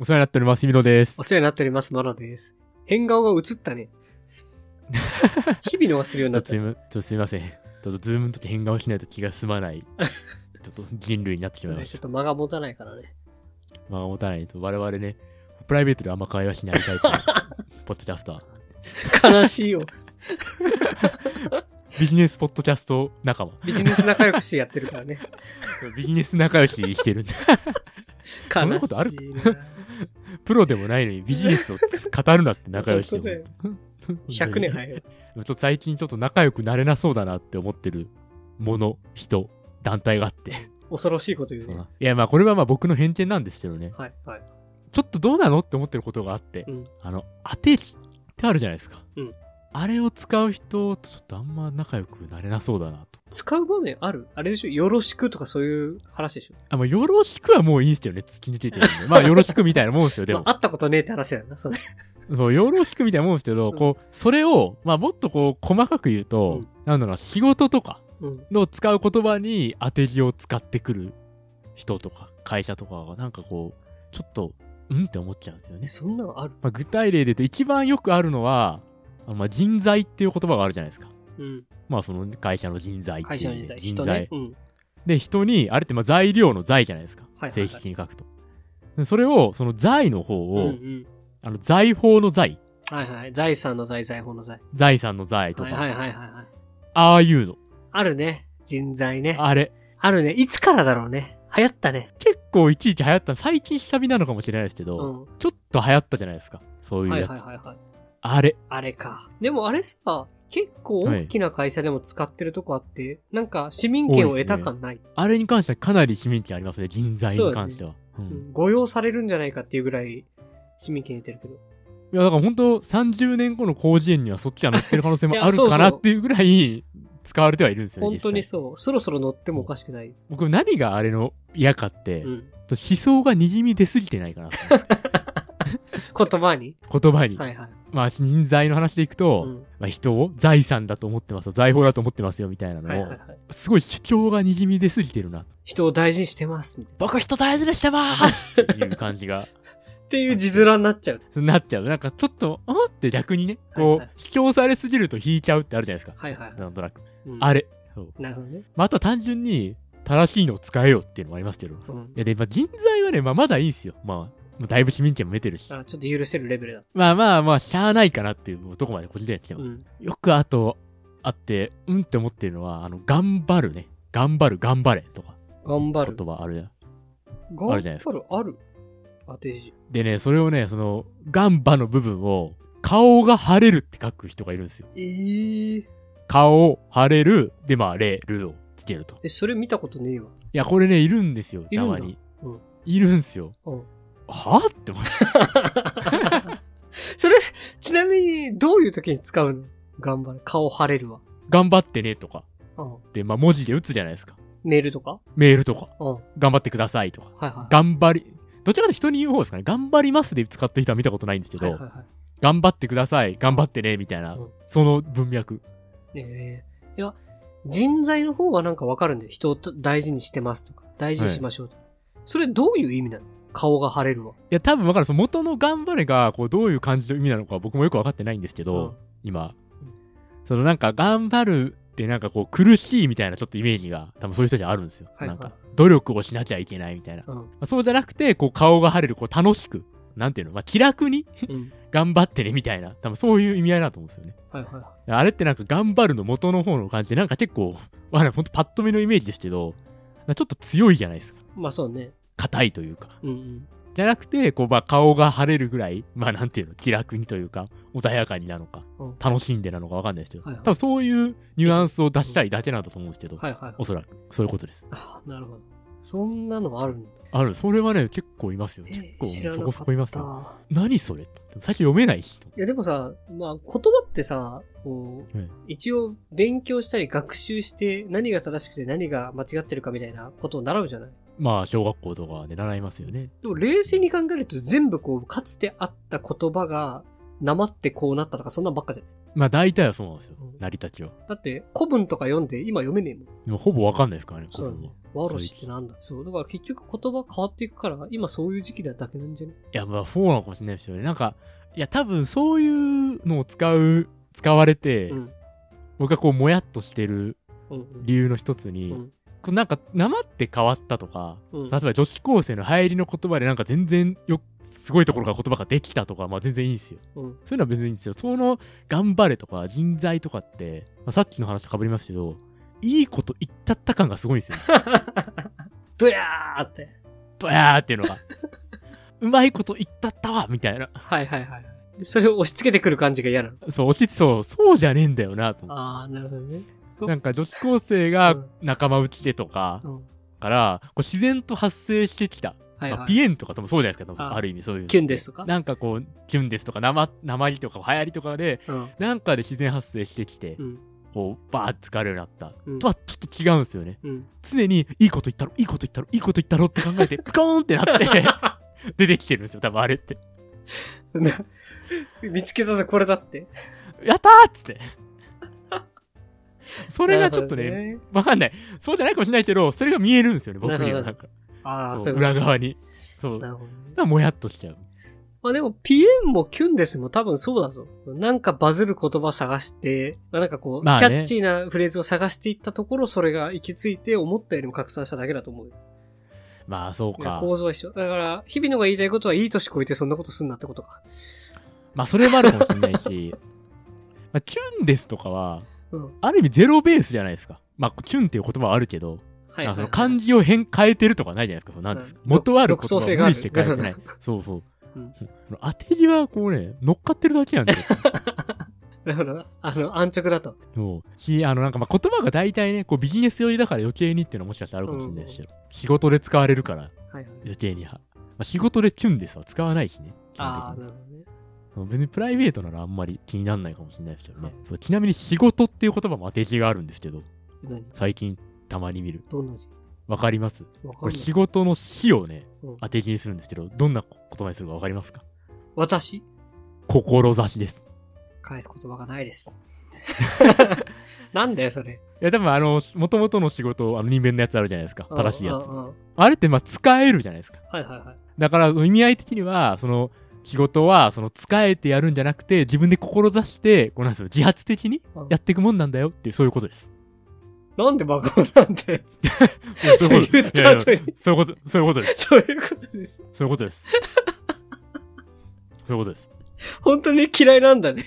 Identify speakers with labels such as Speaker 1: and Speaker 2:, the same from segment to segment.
Speaker 1: お世話になっております、ひみのです
Speaker 2: お。世話になっております、マロです。変顔が映っ たね。日々の忘れるように
Speaker 1: ちょ
Speaker 2: な
Speaker 1: っ
Speaker 2: っ
Speaker 1: と
Speaker 2: た
Speaker 1: す。いまちょっとすいません。ちょっとズームの時変顔しないと気が済ま ない、ちょっと人類になってしまいま
Speaker 2: ねちょ
Speaker 1: し。
Speaker 2: った と間が持たないからね。
Speaker 1: まあ、持たないと我々ね、プライベートであんま会話しないタ イプのポッドキャスター。
Speaker 2: 悲しいよ。
Speaker 1: ビジネスポッドキャスト仲間。
Speaker 2: ビジネス仲良くしてやってるからね。
Speaker 1: ビジネス仲良ししてるん だ。
Speaker 2: 悲しいな。
Speaker 1: そんなことあるプロでもないのにビジネスを語るなって仲良しでも。
Speaker 2: 100年早い。
Speaker 1: ちょっと最近ちょっと仲良くなれなそうだなって思ってるもの、人、団体があって。
Speaker 2: 恐ろしいこと言う
Speaker 1: そう
Speaker 2: ね。
Speaker 1: ないや、まあこれはまあ僕の偏見なんですけどね。
Speaker 2: はい、はい。
Speaker 1: ちょっとどうなのって思ってることがあって、
Speaker 2: うん
Speaker 1: あの、当て字ってあるじゃないですか。
Speaker 2: うん
Speaker 1: あれを使う人とちょっとあんま仲良くなれなそうだなと。
Speaker 2: 使う場面あるあれでしょよろしくとかそういう話でしょ
Speaker 1: あ、まあ、よろしくはもういいんすけどね、突き抜けてるんで。まあ、 よろしくみたいなもんですよ、で
Speaker 2: ま
Speaker 1: も
Speaker 2: あ、。会ったことねえって話だよな、それ。
Speaker 1: そう、よろしくみたいなもんですけど、
Speaker 2: うん
Speaker 1: こう、それを、まあ、もっとこう、細かく言うと、
Speaker 2: うん
Speaker 1: なんだろうな、仕事とか
Speaker 2: うん。
Speaker 1: の使う言葉に当て字を使ってくる人とか、会社とかが、なんかこう、ちょっと、うんって思っちゃうんですよね
Speaker 2: え、。そんなのある
Speaker 1: まあ、具体例で言うと一番よくあるのは、あのまあ、人材っていう言葉があるじゃないですか。
Speaker 2: うん。
Speaker 1: まあその会社の人材っていう
Speaker 2: 会社の時代。
Speaker 1: 人
Speaker 2: 人
Speaker 1: 材
Speaker 2: ね。うん。
Speaker 1: で、人に、あれってまあ材料の材じゃないですか。
Speaker 2: はいはいは
Speaker 1: 正
Speaker 2: い
Speaker 1: 式に書くと。でそれを、その財の方
Speaker 2: うんう
Speaker 1: を、
Speaker 2: ん。
Speaker 1: あの財宝の財、
Speaker 2: はいはい。財産の財、財宝の財。
Speaker 1: 財産の財と
Speaker 2: は
Speaker 1: か、
Speaker 2: いはいはいはいはい。
Speaker 1: ああいうの。
Speaker 2: あるね。人材ね。
Speaker 1: あれ、
Speaker 2: あるね。いつからだろうね。流行ったね。
Speaker 1: 結構いちいち流行った、最近下火なのかもしれないですけ
Speaker 2: う
Speaker 1: ど、
Speaker 2: ん。
Speaker 1: ちょっと流行ったじゃないですか。そういう
Speaker 2: はい
Speaker 1: やつ。
Speaker 2: はいはいはい。
Speaker 1: あれ、
Speaker 2: あれか。でもあれさ、結構大きな会社でも使ってるとこあって、なんか市民権を得た感ない。
Speaker 1: あれに関してはかなり市民権ありますね、人材に関しては。うん
Speaker 2: うん誤用されるんじゃないかっていうぐらい市民権得てるけど。
Speaker 1: いや、だから本当30年後の広辞苑にはそっちが載ってる可能性も
Speaker 2: いや
Speaker 1: ある
Speaker 2: そうそ
Speaker 1: か
Speaker 2: う
Speaker 1: なっていうぐらい使われてはいるんですよね。
Speaker 2: 本当に
Speaker 1: 実際
Speaker 2: そう。そろそろ乗ってもおかしくない。
Speaker 1: 僕何があれの嫌かって、
Speaker 2: う
Speaker 1: 思
Speaker 2: ん。
Speaker 1: 想がにじみ出すぎてないか なって。
Speaker 2: 言葉に。
Speaker 1: 言葉に。
Speaker 2: はいはい。
Speaker 1: まあ人材の話でいくと、
Speaker 2: うん。
Speaker 1: まあ、人を財産だと思ってますよ。財宝だと思ってますよみたいなのを、
Speaker 2: はいはいはい。
Speaker 1: すごい主張がにじみ出すぎてるな。
Speaker 2: 人を大事にしてます、みたい
Speaker 1: 僕人大事にしてますっていう感じ が、
Speaker 2: な。っていう字面になっちゃう。
Speaker 1: そうなっちゃう。なんかちょっと、あって逆にね、こう、
Speaker 2: はいはい
Speaker 1: 主張されすぎると引いちゃうってあるじゃないですか。
Speaker 2: はいはいはい。
Speaker 1: なんとなく。
Speaker 2: うん
Speaker 1: あれ。そう
Speaker 2: なるほどね。
Speaker 1: まあ、あとは単純に正しいのを使えよっていうのもありますけど。い
Speaker 2: うん。
Speaker 1: や、で、まあ、人材はね、まあ、まだいいんすよ。まあ、もうだいぶ市民権も得てるし。
Speaker 2: あちょっと許せるレベルだ。
Speaker 1: まあまあまあ、しゃあないかなっていうとこまでこじれてきてます。
Speaker 2: うん。
Speaker 1: よくあと、あって、うんって思ってるのは、あの、頑張るね。頑張る、頑張れとか、
Speaker 2: 頑張
Speaker 1: 言
Speaker 2: る。
Speaker 1: 葉あるじゃん。
Speaker 2: 頑
Speaker 1: あるじゃないです
Speaker 2: 張る。ある。当て字。
Speaker 1: でね、それをね、その、頑張の部分を、顔が腫れるって書く人がいるんですよ。
Speaker 2: えー、
Speaker 1: 顔、腫れる、で、まあ、れ、るをつけると。
Speaker 2: え、それ見たことねえわ。
Speaker 1: いや、これね、いるんですよ、
Speaker 2: いる
Speaker 1: た
Speaker 2: んだ
Speaker 1: まに。
Speaker 2: うん
Speaker 1: いるんすよ。
Speaker 2: うん
Speaker 1: はぁって思って。
Speaker 2: それ、ちなみに、どういう時に使うの頑張る。顔腫れるわ。
Speaker 1: 頑張ってねとか。
Speaker 2: うん。
Speaker 1: で、まあ、文字で打つじゃないですか。
Speaker 2: メールとか
Speaker 1: メールとか。
Speaker 2: うん。はい
Speaker 1: 頑張ってくださいとか。
Speaker 2: はい。
Speaker 1: 頑張り、どちらかというと人に言う方ですかね。頑張りますで使ってる人は見たことないんですけど、
Speaker 2: はいはいはい。
Speaker 1: 頑張ってください、頑張ってね、みたいな、
Speaker 2: うん
Speaker 1: その文脈。
Speaker 2: ええいや、人材の方はなんかわかるんだよ。人を大事にしてますとか、大事にしましょうとか。それどういう意味なの顔が腫れるわ。
Speaker 1: いや、多分わかる。その元の頑張れが、こう、どういう感じの意味なのか僕もよくわかってないんですけど、
Speaker 2: うん
Speaker 1: 今。そのなんか、頑張るってなんかこう、苦しいみたいなちょっとイメージが、多分そういう人にはあるんですよ。
Speaker 2: はい
Speaker 1: な
Speaker 2: は
Speaker 1: ん
Speaker 2: い
Speaker 1: か、努力をしなきゃいけないみたいな。
Speaker 2: うん。
Speaker 1: まあそうじゃなくて、こう顔が晴れる、こう楽しく、なんていうの、まあ、気楽に
Speaker 2: うん。
Speaker 1: 頑張ってねみたいな、多分そういう意味合いだと思うんですよね。
Speaker 2: はいはいは
Speaker 1: あれってなんか頑張るの元の方の感じで、なんか結構、わかんないほんとパッと見のイメージですけど、なんかちょっと強いじゃないですか。
Speaker 2: い。まあそうね。
Speaker 1: 硬いというか。
Speaker 2: うんうん。
Speaker 1: じゃなくて、こう、まあ、顔が晴れるぐらい、まあ、なんていうの、気楽にというか、穏やかになのか、
Speaker 2: うん
Speaker 1: 楽しんでなのかわかんないですけど、
Speaker 2: はいはい
Speaker 1: 多分そういうニュアンスを出したいだけなんだと思うんですけど、
Speaker 2: はいはいはい
Speaker 1: お。そらく、そういうことです。
Speaker 2: ああ、なるほど。そんなのあるんだ。
Speaker 1: ある、それはね、結構いますよ。
Speaker 2: え
Speaker 1: 結
Speaker 2: ー
Speaker 1: 構、
Speaker 2: 知らな
Speaker 1: そ
Speaker 2: か
Speaker 1: こ
Speaker 2: っ
Speaker 1: そこいますよ。
Speaker 2: た。
Speaker 1: 何それとでも最初読めないしと
Speaker 2: いやでもさ、まあ言葉ってさ、こう、
Speaker 1: はい
Speaker 2: 一応勉強したり学習して何が正しくて何が間違ってるかみたいなことを習うじゃない
Speaker 1: まあ、小学校とかで習いますよね。
Speaker 2: でも冷静に考えると全部こう、かつてあった言葉が、なまってこうなったとかそんなんばっかじゃない
Speaker 1: まあ大体はそうなんですよ
Speaker 2: うん。
Speaker 1: 成り立ちは。
Speaker 2: だって、古文とか読んで今読めねえもん。
Speaker 1: でもほぼわかんないですからね、
Speaker 2: そうだね
Speaker 1: ここも
Speaker 2: ワロシってなんだそう、だから結局言葉変わっていくから、今そういう時期だだけなんじゃね
Speaker 1: いや、まあそうなのかもしれないですよね。なんか、いや、多分そういうのを使う、使われて、
Speaker 2: うん。
Speaker 1: 僕がこう、もやっとしてる
Speaker 2: うんうん。
Speaker 1: 理由の一つに、
Speaker 2: うん
Speaker 1: こうなんか、生って変わったとか、
Speaker 2: うん
Speaker 1: 例えば女子高生の流行りの言葉でなんか全然よ、すごいところから言葉ができたとか、まあ全然いいんですよ。
Speaker 2: うん
Speaker 1: そういうのは別にいいんですよ。その、頑張れとか、人材とかって、まあ、さっきの話とかぶりますけど、いいこと言っちゃった感がすごいんですよ。
Speaker 2: ドヤーって。
Speaker 1: ドヤーっていうのが。うまいこと言ったったわみたいな。
Speaker 2: はいはいはい。でそれを押し付けてくる感じが嫌なの。
Speaker 1: そう、落ち着そう、そうじゃねえんだよな、と思っ
Speaker 2: ああ、なるほどね。
Speaker 1: て。なんか女子高生
Speaker 2: う
Speaker 1: が
Speaker 2: ん
Speaker 1: 仲間内でとか
Speaker 2: うん。
Speaker 1: から、こう自然と発生してきた。
Speaker 2: はい
Speaker 1: ま
Speaker 2: は
Speaker 1: あ
Speaker 2: い。
Speaker 1: ピエンとかともそうじゃないですか、
Speaker 2: あ
Speaker 1: ある意味そういうの。
Speaker 2: キュンですとか
Speaker 1: なんかこう、キュンですとか、なま、なまりとか、流行りとかで、
Speaker 2: うん。
Speaker 1: なんかで自然発生してきて、
Speaker 2: うん
Speaker 1: こう、バーッて使われるようになった。
Speaker 2: うん
Speaker 1: とはちょっと違うんですよね。
Speaker 2: うん。
Speaker 1: 常に、いいこと言ったろ、いいこと言ったろ、いいこと言ったろって考えて、ピコーンってなって、 出てきてるんですよ、多分あれって。
Speaker 2: な 見つけたぜ、これだって。
Speaker 1: やったーっつ って。それがちょっと
Speaker 2: なるほ
Speaker 1: ね、
Speaker 2: どね。
Speaker 1: わかんない。そうじゃないかもしれないけど、それが見えるんですよね、僕には。
Speaker 2: な
Speaker 1: な
Speaker 2: る
Speaker 1: んか、
Speaker 2: ああ、
Speaker 1: こ
Speaker 2: そうういうこと
Speaker 1: 裏側に。そう。
Speaker 2: な
Speaker 1: だか
Speaker 2: るほどね。
Speaker 1: らもやっとしちゃう。
Speaker 2: まあでも、ピエンもキュンですも多分そうだぞ。なんかバズる言葉探して、まあなんかこう、
Speaker 1: まあ
Speaker 2: キ
Speaker 1: ね
Speaker 2: ャッチーなフレーズを探していったところ、それが行き着いて思ったよりも拡散しただけだと思うよ。
Speaker 1: まあ、そう
Speaker 2: いや
Speaker 1: か。
Speaker 2: 構造は一緒。だから、日々のが言いたいことは、いい年越えてそんなことすんなってことか。
Speaker 1: まあ、それもあるかもしれない し、まあ、チュンですとかは、
Speaker 2: うん。
Speaker 1: ある意味ゼロベースじゃないですか。まあ、チュンっていう言葉はあるけど、
Speaker 2: はいはい、
Speaker 1: まあ
Speaker 2: はい。
Speaker 1: その漢字を変変えてるとかないじゃないですか。そのなんですか
Speaker 2: うん
Speaker 1: 元ある言葉を
Speaker 2: 独創性が
Speaker 1: 無
Speaker 2: ある
Speaker 1: 理して変えて ない。そうそう。
Speaker 2: うん
Speaker 1: その当て字はこうね、乗っかってるだけなんですよ。
Speaker 2: なるほどな。あの、安直だと。
Speaker 1: そうし、あの、なんかまあ言葉が大体ね、こうビジネス寄りだから余計にっていうのはもしかしたらあるかもしれないし、仕事で使われるから
Speaker 2: はいはい。
Speaker 1: 余計には。まあ、仕事でチュンですは使わないしね。基
Speaker 2: あ
Speaker 1: 本的に
Speaker 2: あ、なるほどね。
Speaker 1: うん別にプライベートならあんまり気にならないかもしれないですけど
Speaker 2: は
Speaker 1: ね
Speaker 2: い。
Speaker 1: そうちなみに仕事っていう言葉も当て字があるんですけど、
Speaker 2: 何
Speaker 1: 最近たまに見る。
Speaker 2: どんな字
Speaker 1: わかります
Speaker 2: わか
Speaker 1: こ
Speaker 2: ん
Speaker 1: れ
Speaker 2: ない。
Speaker 1: 仕事の死をね、
Speaker 2: うん
Speaker 1: 当て字にするんですけど、どんな言葉にするかわかりますか
Speaker 2: 私
Speaker 1: 志です。
Speaker 2: 返す言葉がないです。 なんだよ、それ。
Speaker 1: いや、多分あの、元々の仕事、あの人間のやつあるじゃないですか。正しいやつ
Speaker 2: うん。うんうん
Speaker 1: あれって、まあ、使えるじゃないですか。
Speaker 2: はいはいはい。
Speaker 1: だから、意味合い的には、その、仕事は、その、使えてやるんじゃなくて、自分で志して、こうなんすよ、自発的に
Speaker 2: うん
Speaker 1: やっていくもんなんだよっていう、そういうことです。
Speaker 2: なんでバカなんで
Speaker 1: そういうこと
Speaker 2: 言った後に
Speaker 1: いやいやそういうこと、そういうことです。
Speaker 2: そういうことです。
Speaker 1: そういうことです。そういうことです。
Speaker 2: 本当に嫌いなんだね。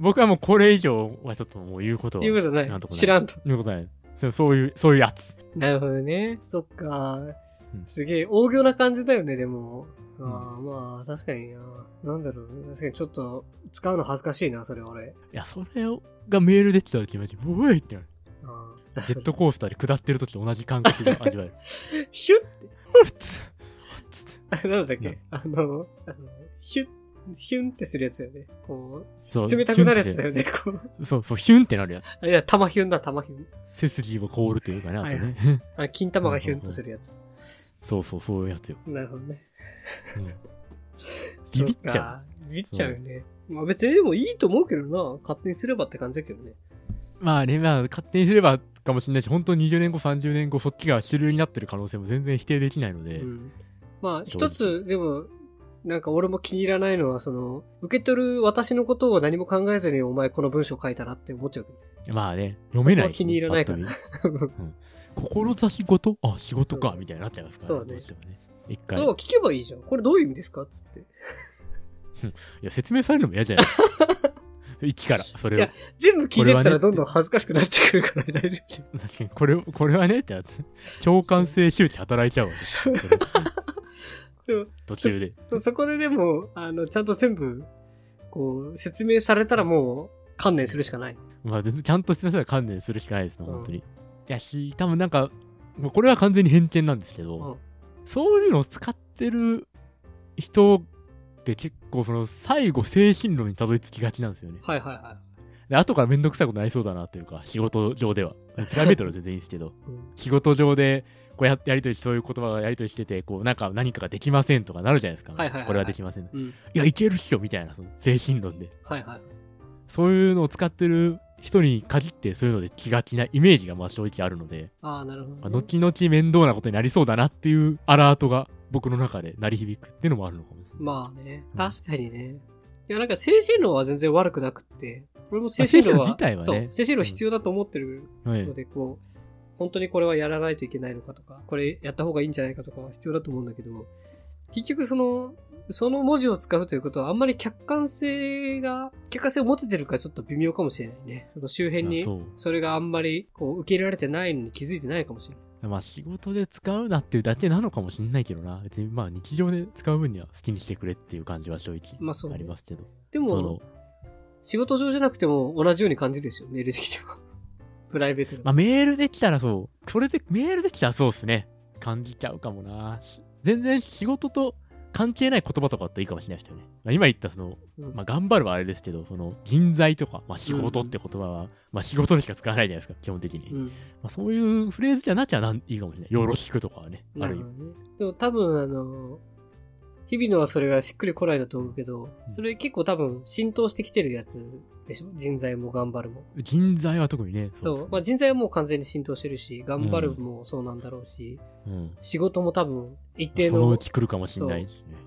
Speaker 1: 僕はもうこれ以上はちょっともう言うことは、
Speaker 2: 言う
Speaker 1: 言
Speaker 2: ことない
Speaker 1: なんと。かない
Speaker 2: 知らんと。
Speaker 1: うことない。そうそういう、そういうやつ。
Speaker 2: なるほどね。そっか
Speaker 1: う。ん
Speaker 2: すげえ、大行な感じだよね、でも。ああ、まあ、確かにな。なんだろう。確かにちょっと、使うの恥ずかしいな、それ俺。
Speaker 1: いや、それをがメールできた時、マジ、おいってなる。
Speaker 2: あー
Speaker 1: ジェットコースターで下ってる時と同じ感覚が味わ える。
Speaker 2: ヒュッ
Speaker 1: ふっつふっつって
Speaker 2: あ なんだっけ、
Speaker 1: うん
Speaker 2: あの、あの、ヒュッ、ヒュンってするやつだよね。こ
Speaker 1: そう
Speaker 2: う、冷たくなるやつだよね。こう。
Speaker 1: そう、そう、ヒュンってなるやつ。
Speaker 2: あいや、玉ヒュンだ、玉ヒュン。
Speaker 1: 背筋を凍るというかね、あと
Speaker 2: はい
Speaker 1: ね。
Speaker 2: あ、金玉がヒュンとするやつ。
Speaker 1: そうそう、そういうやつよ。
Speaker 2: なるほどね。
Speaker 1: うん
Speaker 2: そ
Speaker 1: ビ
Speaker 2: う
Speaker 1: ビっちゃう
Speaker 2: か。ビビっちゃうよね。まあ別にでもいいと思うけどな。勝手にすればって感じだけどね。
Speaker 1: まあね、まあ、勝手にすればかもしれないし、本当に20年後、30年後、そっちが主流になってる可能性も全然否定できないので
Speaker 2: う、ん。まあ
Speaker 1: 正直
Speaker 2: 一つ、でも、なんか俺も気に入らないのは、その、受け取る私のことを何も考えずにお前この文章書いたなって思っちゃうけど。
Speaker 1: まあね、読めないし。
Speaker 2: そこは気に入らないから
Speaker 1: パッ と見。うん志事あ、仕事か
Speaker 2: そう、
Speaker 1: みたいになっちゃいますから
Speaker 2: そうね
Speaker 1: どしてもね。一
Speaker 2: だ
Speaker 1: 回。
Speaker 2: か
Speaker 1: い
Speaker 2: ら聞けばいいじゃん。これどういう意味ですかつって。
Speaker 1: や、説明されるのも嫌じ ゃない一から、それ
Speaker 2: い
Speaker 1: を
Speaker 2: や。全部聞いてっ
Speaker 1: これ
Speaker 2: た
Speaker 1: は
Speaker 2: ら
Speaker 1: ね
Speaker 2: どんどん恥ずかしくなってくるから大丈夫じゃん。
Speaker 1: 確かに、これ、これはね、ってなって、共感性周期働いちゃうわ。
Speaker 2: そう
Speaker 1: それ
Speaker 2: でも
Speaker 1: 途中で。
Speaker 2: そそこででも、あの、ちゃんと全部、こう、説明されたらもう、観念するしかない。
Speaker 1: まあ、ちゃんとすみません、観念するしかないですね、
Speaker 2: うん
Speaker 1: 本当に。いやし、多分なんか、もうこれは完全に偏見なんですけ
Speaker 2: う
Speaker 1: ど、
Speaker 2: ん。
Speaker 1: そういうのを使ってる人って結構、その、最後、精神論にたどり着きがちなんですよね。
Speaker 2: はいはいは
Speaker 1: で、後からめんどくさいことになりそうだなというか、仕事上では。プライベートでは全然いいんですけど、
Speaker 2: い。うん
Speaker 1: 仕事上で、こうやってやりとりし、そういう言葉がやりとりしてて、こう、なんか何かができませんとかなるじゃないですか。
Speaker 2: はいはいはいはい
Speaker 1: これはできません。
Speaker 2: うん。
Speaker 1: いや、いけるっしょみたいな、その精神論で。
Speaker 2: はいはい。
Speaker 1: そういうのを使ってる人に限ってそういうので気が気なイメージがまあ正直あるので、
Speaker 2: ああ、なるほどね、
Speaker 1: まあ後々面倒なことになりそうだなっていうアラートが僕の中で鳴り響くっていうのもあるのかもしれない。
Speaker 2: まあね、
Speaker 1: うん
Speaker 2: 確かにね。いや、なんか精神論は全然悪くなくって、俺も精
Speaker 1: まあ精
Speaker 2: 神
Speaker 1: 神
Speaker 2: 論
Speaker 1: 論
Speaker 2: は、
Speaker 1: 自体はね
Speaker 2: そう、精神論必要だと思ってる
Speaker 1: はい
Speaker 2: ので、こう、本当にこれはやらないといけないのかとか、これやった方がいいんじゃないかとかは必要だと思うんだけど、結局その、その文字を使うということは、あんまり客観性が、客観性を持ててるかちょっと微妙かもしれないね。その周辺
Speaker 1: あ
Speaker 2: に、
Speaker 1: そ
Speaker 2: それがあんまり、こう、受け入れられてないのに気づいてないかもしれない。
Speaker 1: う。まあ仕事で使うなっていうだけなのかもしれないけどな。別にまあ日常で使う分には好きにしてくれっていう感じは正
Speaker 2: まあそう
Speaker 1: 直
Speaker 2: ね
Speaker 1: ありますけど。
Speaker 2: で
Speaker 1: そ
Speaker 2: も
Speaker 1: の、
Speaker 2: 仕事上じゃなくても同じように感じるですよ、メールできても。 プライベートでも
Speaker 1: まあ、メールできたらそう。それで、メールできたらそうっすね。感じちゃうかもな。し全然仕事と関係ない言葉とかだったらいいかもしれないですよね。まあ、今言ったその、
Speaker 2: うん
Speaker 1: まあ、頑張るはあれですけど、その、人材とか、まあ、仕事って言葉は、まあ、仕事でしか使わないじゃないですか、基本的に。
Speaker 2: う
Speaker 1: ま
Speaker 2: ん
Speaker 1: あ、そういうフレーズじゃなきゃなんいいかもしれない。よろしくとかはね。あ
Speaker 2: な
Speaker 1: る
Speaker 2: る
Speaker 1: 意
Speaker 2: ほ
Speaker 1: 味
Speaker 2: ど。ね。でも多分あの、日々のはそれがしっくりこないだと思うけど、
Speaker 1: うん
Speaker 2: それ結構多分浸透してきてるやつでしょ人材も頑張るも。
Speaker 1: 人材は特にね。
Speaker 2: そう。
Speaker 1: ですね
Speaker 2: まあ人材はもう完全に浸透してるし、頑張るもそうなんだろうし、
Speaker 1: うん。ま
Speaker 2: 仕事も多分一
Speaker 1: あ
Speaker 2: 定
Speaker 1: その
Speaker 2: の
Speaker 1: う、ち来るかもしれないですね。うん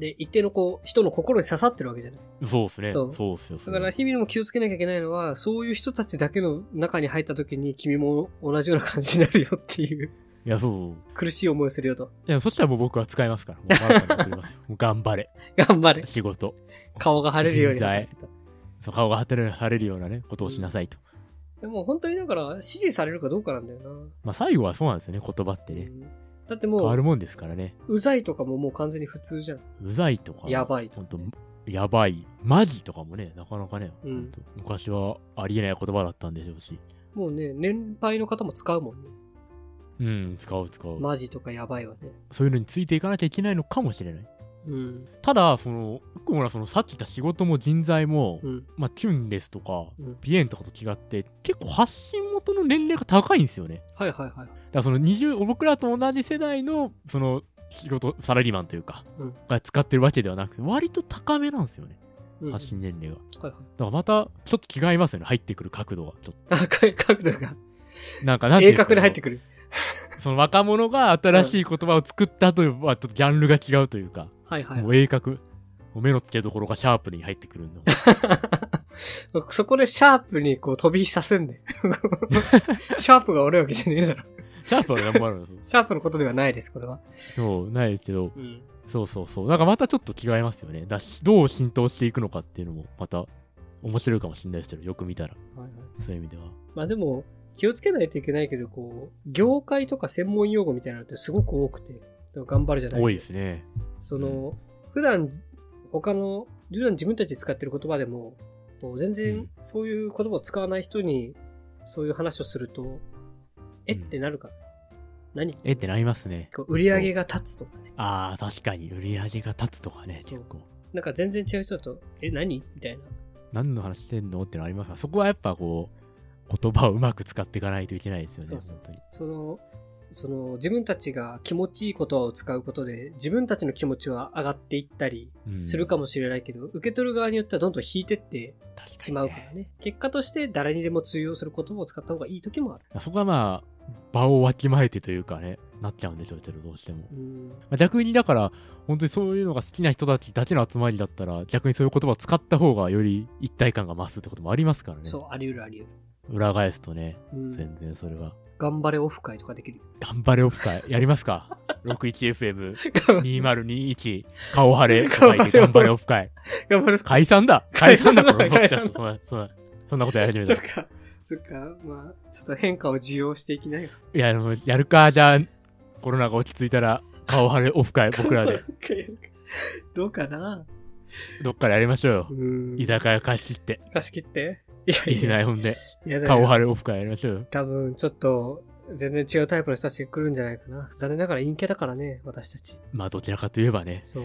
Speaker 2: で、一定のこう、人の心に刺さってるわけじゃない。
Speaker 1: そうっすね。
Speaker 2: そ
Speaker 1: そううっすよ。それ
Speaker 2: だか
Speaker 1: は
Speaker 2: ら日々のも気をつけなきゃいけないのは、そういう人たちだけの中に入った時に君も同じような感じになるよっていう、
Speaker 1: いや、そう。
Speaker 2: 苦しい思いをするよと。
Speaker 1: いや、そしたらもう僕は使いますから。もうバンバン送りますよもう頑張れ。
Speaker 2: 頑張れ。
Speaker 1: 仕事。
Speaker 2: 顔が腫れるようになって
Speaker 1: 人そう顔が晴れる晴れるようなね、ことをしなさいと。
Speaker 2: でも本当にだから支持されるかどうかなんだよな。
Speaker 1: まあ最後はそうなんですよね、言葉ってね。
Speaker 2: うんだって
Speaker 1: 変
Speaker 2: も
Speaker 1: わる
Speaker 2: う、
Speaker 1: もんですからね。
Speaker 2: うざいとかももう完全に普通じゃん。
Speaker 1: うざいとか。
Speaker 2: やばいと
Speaker 1: ほん
Speaker 2: か
Speaker 1: と
Speaker 2: ね、
Speaker 1: やばい。マジとかもね、なかなかね、
Speaker 2: うん
Speaker 1: ほんと昔はありえない言葉だったんでしょうし。
Speaker 2: もうね、年配の方も使うもんね。
Speaker 1: うん、使う使う。
Speaker 2: マジとかやばいわね。
Speaker 1: そういうのについていかなきゃいけないのかもしれない。
Speaker 2: うん。
Speaker 1: ただ、その、僕もほら、その、さっき言った仕事も人材も、
Speaker 2: うん。
Speaker 1: まあ、キュンですとか、
Speaker 2: うん
Speaker 1: ビエンとかと違って、結構発信元の年齢が高いんですよね。
Speaker 2: はいはいは
Speaker 1: だ
Speaker 2: い。
Speaker 1: からその20僕らと同じ世代のその仕事サラリーマンというか、
Speaker 2: うん
Speaker 1: が使ってるわけではなくて割と高めなんですよね
Speaker 2: うん、
Speaker 1: 発信年齢が、だ
Speaker 2: はいはい。
Speaker 1: からまたちょっと違いますよね入ってくる角度がちょっ
Speaker 2: あ、か角度が
Speaker 1: となんかなんていうんす
Speaker 2: 鋭
Speaker 1: か
Speaker 2: 角で入ってくる。
Speaker 1: その若者が新しい言葉を作ったというはちょっとギャンルが違うというか、
Speaker 2: はいはい
Speaker 1: も。う鋭角もう目の付けどころがシャープに入ってくるの
Speaker 2: そこでシャープにこう飛び火させんで。 シャープが俺わけじゃねえだろ。
Speaker 1: シャープは何もあるの
Speaker 2: シャープのことではないです、これは。
Speaker 1: そうないですけど
Speaker 2: うん。
Speaker 1: そうそうそうなんかまたちょっと違いますよねだしどう浸透していくのかっていうのもまた面白いかもしれないですけどよく見たら
Speaker 2: はいはい。
Speaker 1: そういう意味では
Speaker 2: まあでも、気をつけないといけないけど、こう、業界とか専門用語みたいなのってすごく多くて、頑張るじゃない
Speaker 1: 多いですね。
Speaker 2: その、普段、他の、普段自分たち使ってる言葉でも、こう全
Speaker 1: う
Speaker 2: 然
Speaker 1: ん
Speaker 2: そういう言葉を使わない人に、そういう話をすると、えってなるから。何
Speaker 1: えってなりますね。
Speaker 2: こう売り上げが立つとかね。
Speaker 1: ああ、確かに売り上げが立つとかね、
Speaker 2: そう
Speaker 1: 結構。
Speaker 2: なんか全然違う人だと、え、何みたいな。
Speaker 1: 何の話してんのってのありますが、そこはやっぱこう、言葉をうまく使っていかないといけないですよね、
Speaker 2: そうそう
Speaker 1: 本当に。
Speaker 2: その、その、自分たちが気持ちいい言葉を使うことで、自分たちの気持ちは上がっていったり、
Speaker 1: うん
Speaker 2: するかもしれないけど、受け取る側によってはどんどん引いてって
Speaker 1: 確かにね
Speaker 2: しまうからね。結果として誰にでも通用する言葉を使った方がいい時もある。
Speaker 1: そこはまあ、場をわきまえてというかね、なっちゃうんでしょうけど、どうしても。
Speaker 2: うん。
Speaker 1: まあ逆にだから、本当にそういうのが好きな人たちだけの集まりだったら、逆にそういう言葉を使った方がより一体感が増すってこともありますからね。
Speaker 2: そう、あり得るあり
Speaker 1: 裏返すとね、
Speaker 2: 得る。うん。
Speaker 1: 全然それは。
Speaker 2: 頑張れオフ会とかできる。
Speaker 1: 頑張れオフ会、やりますか ?61FM。2021顔晴 れと書いて
Speaker 2: 頑
Speaker 1: 頑
Speaker 2: 張
Speaker 1: 張
Speaker 2: れ
Speaker 1: れ
Speaker 2: オ
Speaker 1: オフ会。
Speaker 2: 頑張れオフ会。
Speaker 1: 解散 だ解散だ
Speaker 2: 解
Speaker 1: このポ
Speaker 2: 散だ
Speaker 1: ッドキャス
Speaker 2: 解散
Speaker 1: ト。そんな、そんな、そんなことやり始
Speaker 2: そ
Speaker 1: め。
Speaker 2: ったか。そっか。まあ、ちょっと変化を受容していきなよ。
Speaker 1: いや、でもやるか、じゃあ、コロナが落ち着いたら、顔晴れオフ会、僕らで、
Speaker 2: 頑張れオフ会。 どうかな
Speaker 1: どっかでやりましょうよ
Speaker 2: う。ん。
Speaker 1: 居酒屋貸し切って、
Speaker 2: 貸し切って。いや
Speaker 1: い
Speaker 2: い
Speaker 1: せな
Speaker 2: や、
Speaker 1: いほんで、
Speaker 2: やだよ
Speaker 1: 顔晴れオフ会やりましょうよ。
Speaker 2: 多分、ちょっと、全然違うタイプの人たちが来るんじゃないかな。残念ながら陰キャだからね、私たち。
Speaker 1: まあ、どちらかといえばね、
Speaker 2: そう。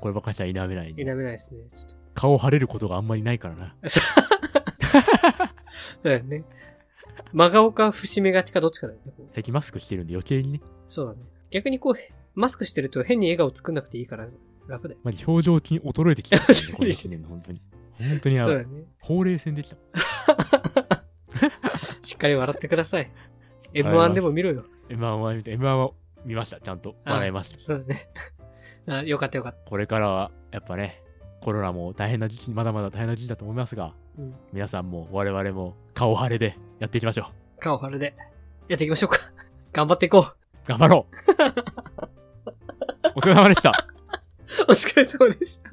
Speaker 1: こればっかしは否めないん
Speaker 2: 否め
Speaker 1: で。
Speaker 2: ないですね。ちょっと。
Speaker 1: 顔晴れることがあんまりないからな。
Speaker 2: そうだよね。真顔か伏し目がちかどっちかだよね。こう
Speaker 1: 最近マスクしてるんで余計にね、
Speaker 2: そうだね。逆にこう、マスクしてると変に笑顔作んなくていいから楽だよ。
Speaker 1: まあ、表情筋衰えてきてるんで、この一年の本当に。本当にあ
Speaker 2: そう
Speaker 1: の
Speaker 2: だね。
Speaker 1: ほうれい線できた。
Speaker 2: しっかり笑ってください。
Speaker 1: ります
Speaker 2: M1 でも見ろよ。
Speaker 1: M1 は見て、M1 は見ました。ちゃんと笑いました。
Speaker 2: そうだね。 あよかったよかった。
Speaker 1: これからは、やっぱね、コロナも大変な時期、まだまだ大変な時期だと思いますが、
Speaker 2: うん
Speaker 1: 皆さんも我々も顔腫れでやっていきましょ
Speaker 2: 顔晴れで。やっていきましょうか。頑張っていこう。
Speaker 1: う。頑張ろうお疲れ様でした。
Speaker 2: お疲れ様でした。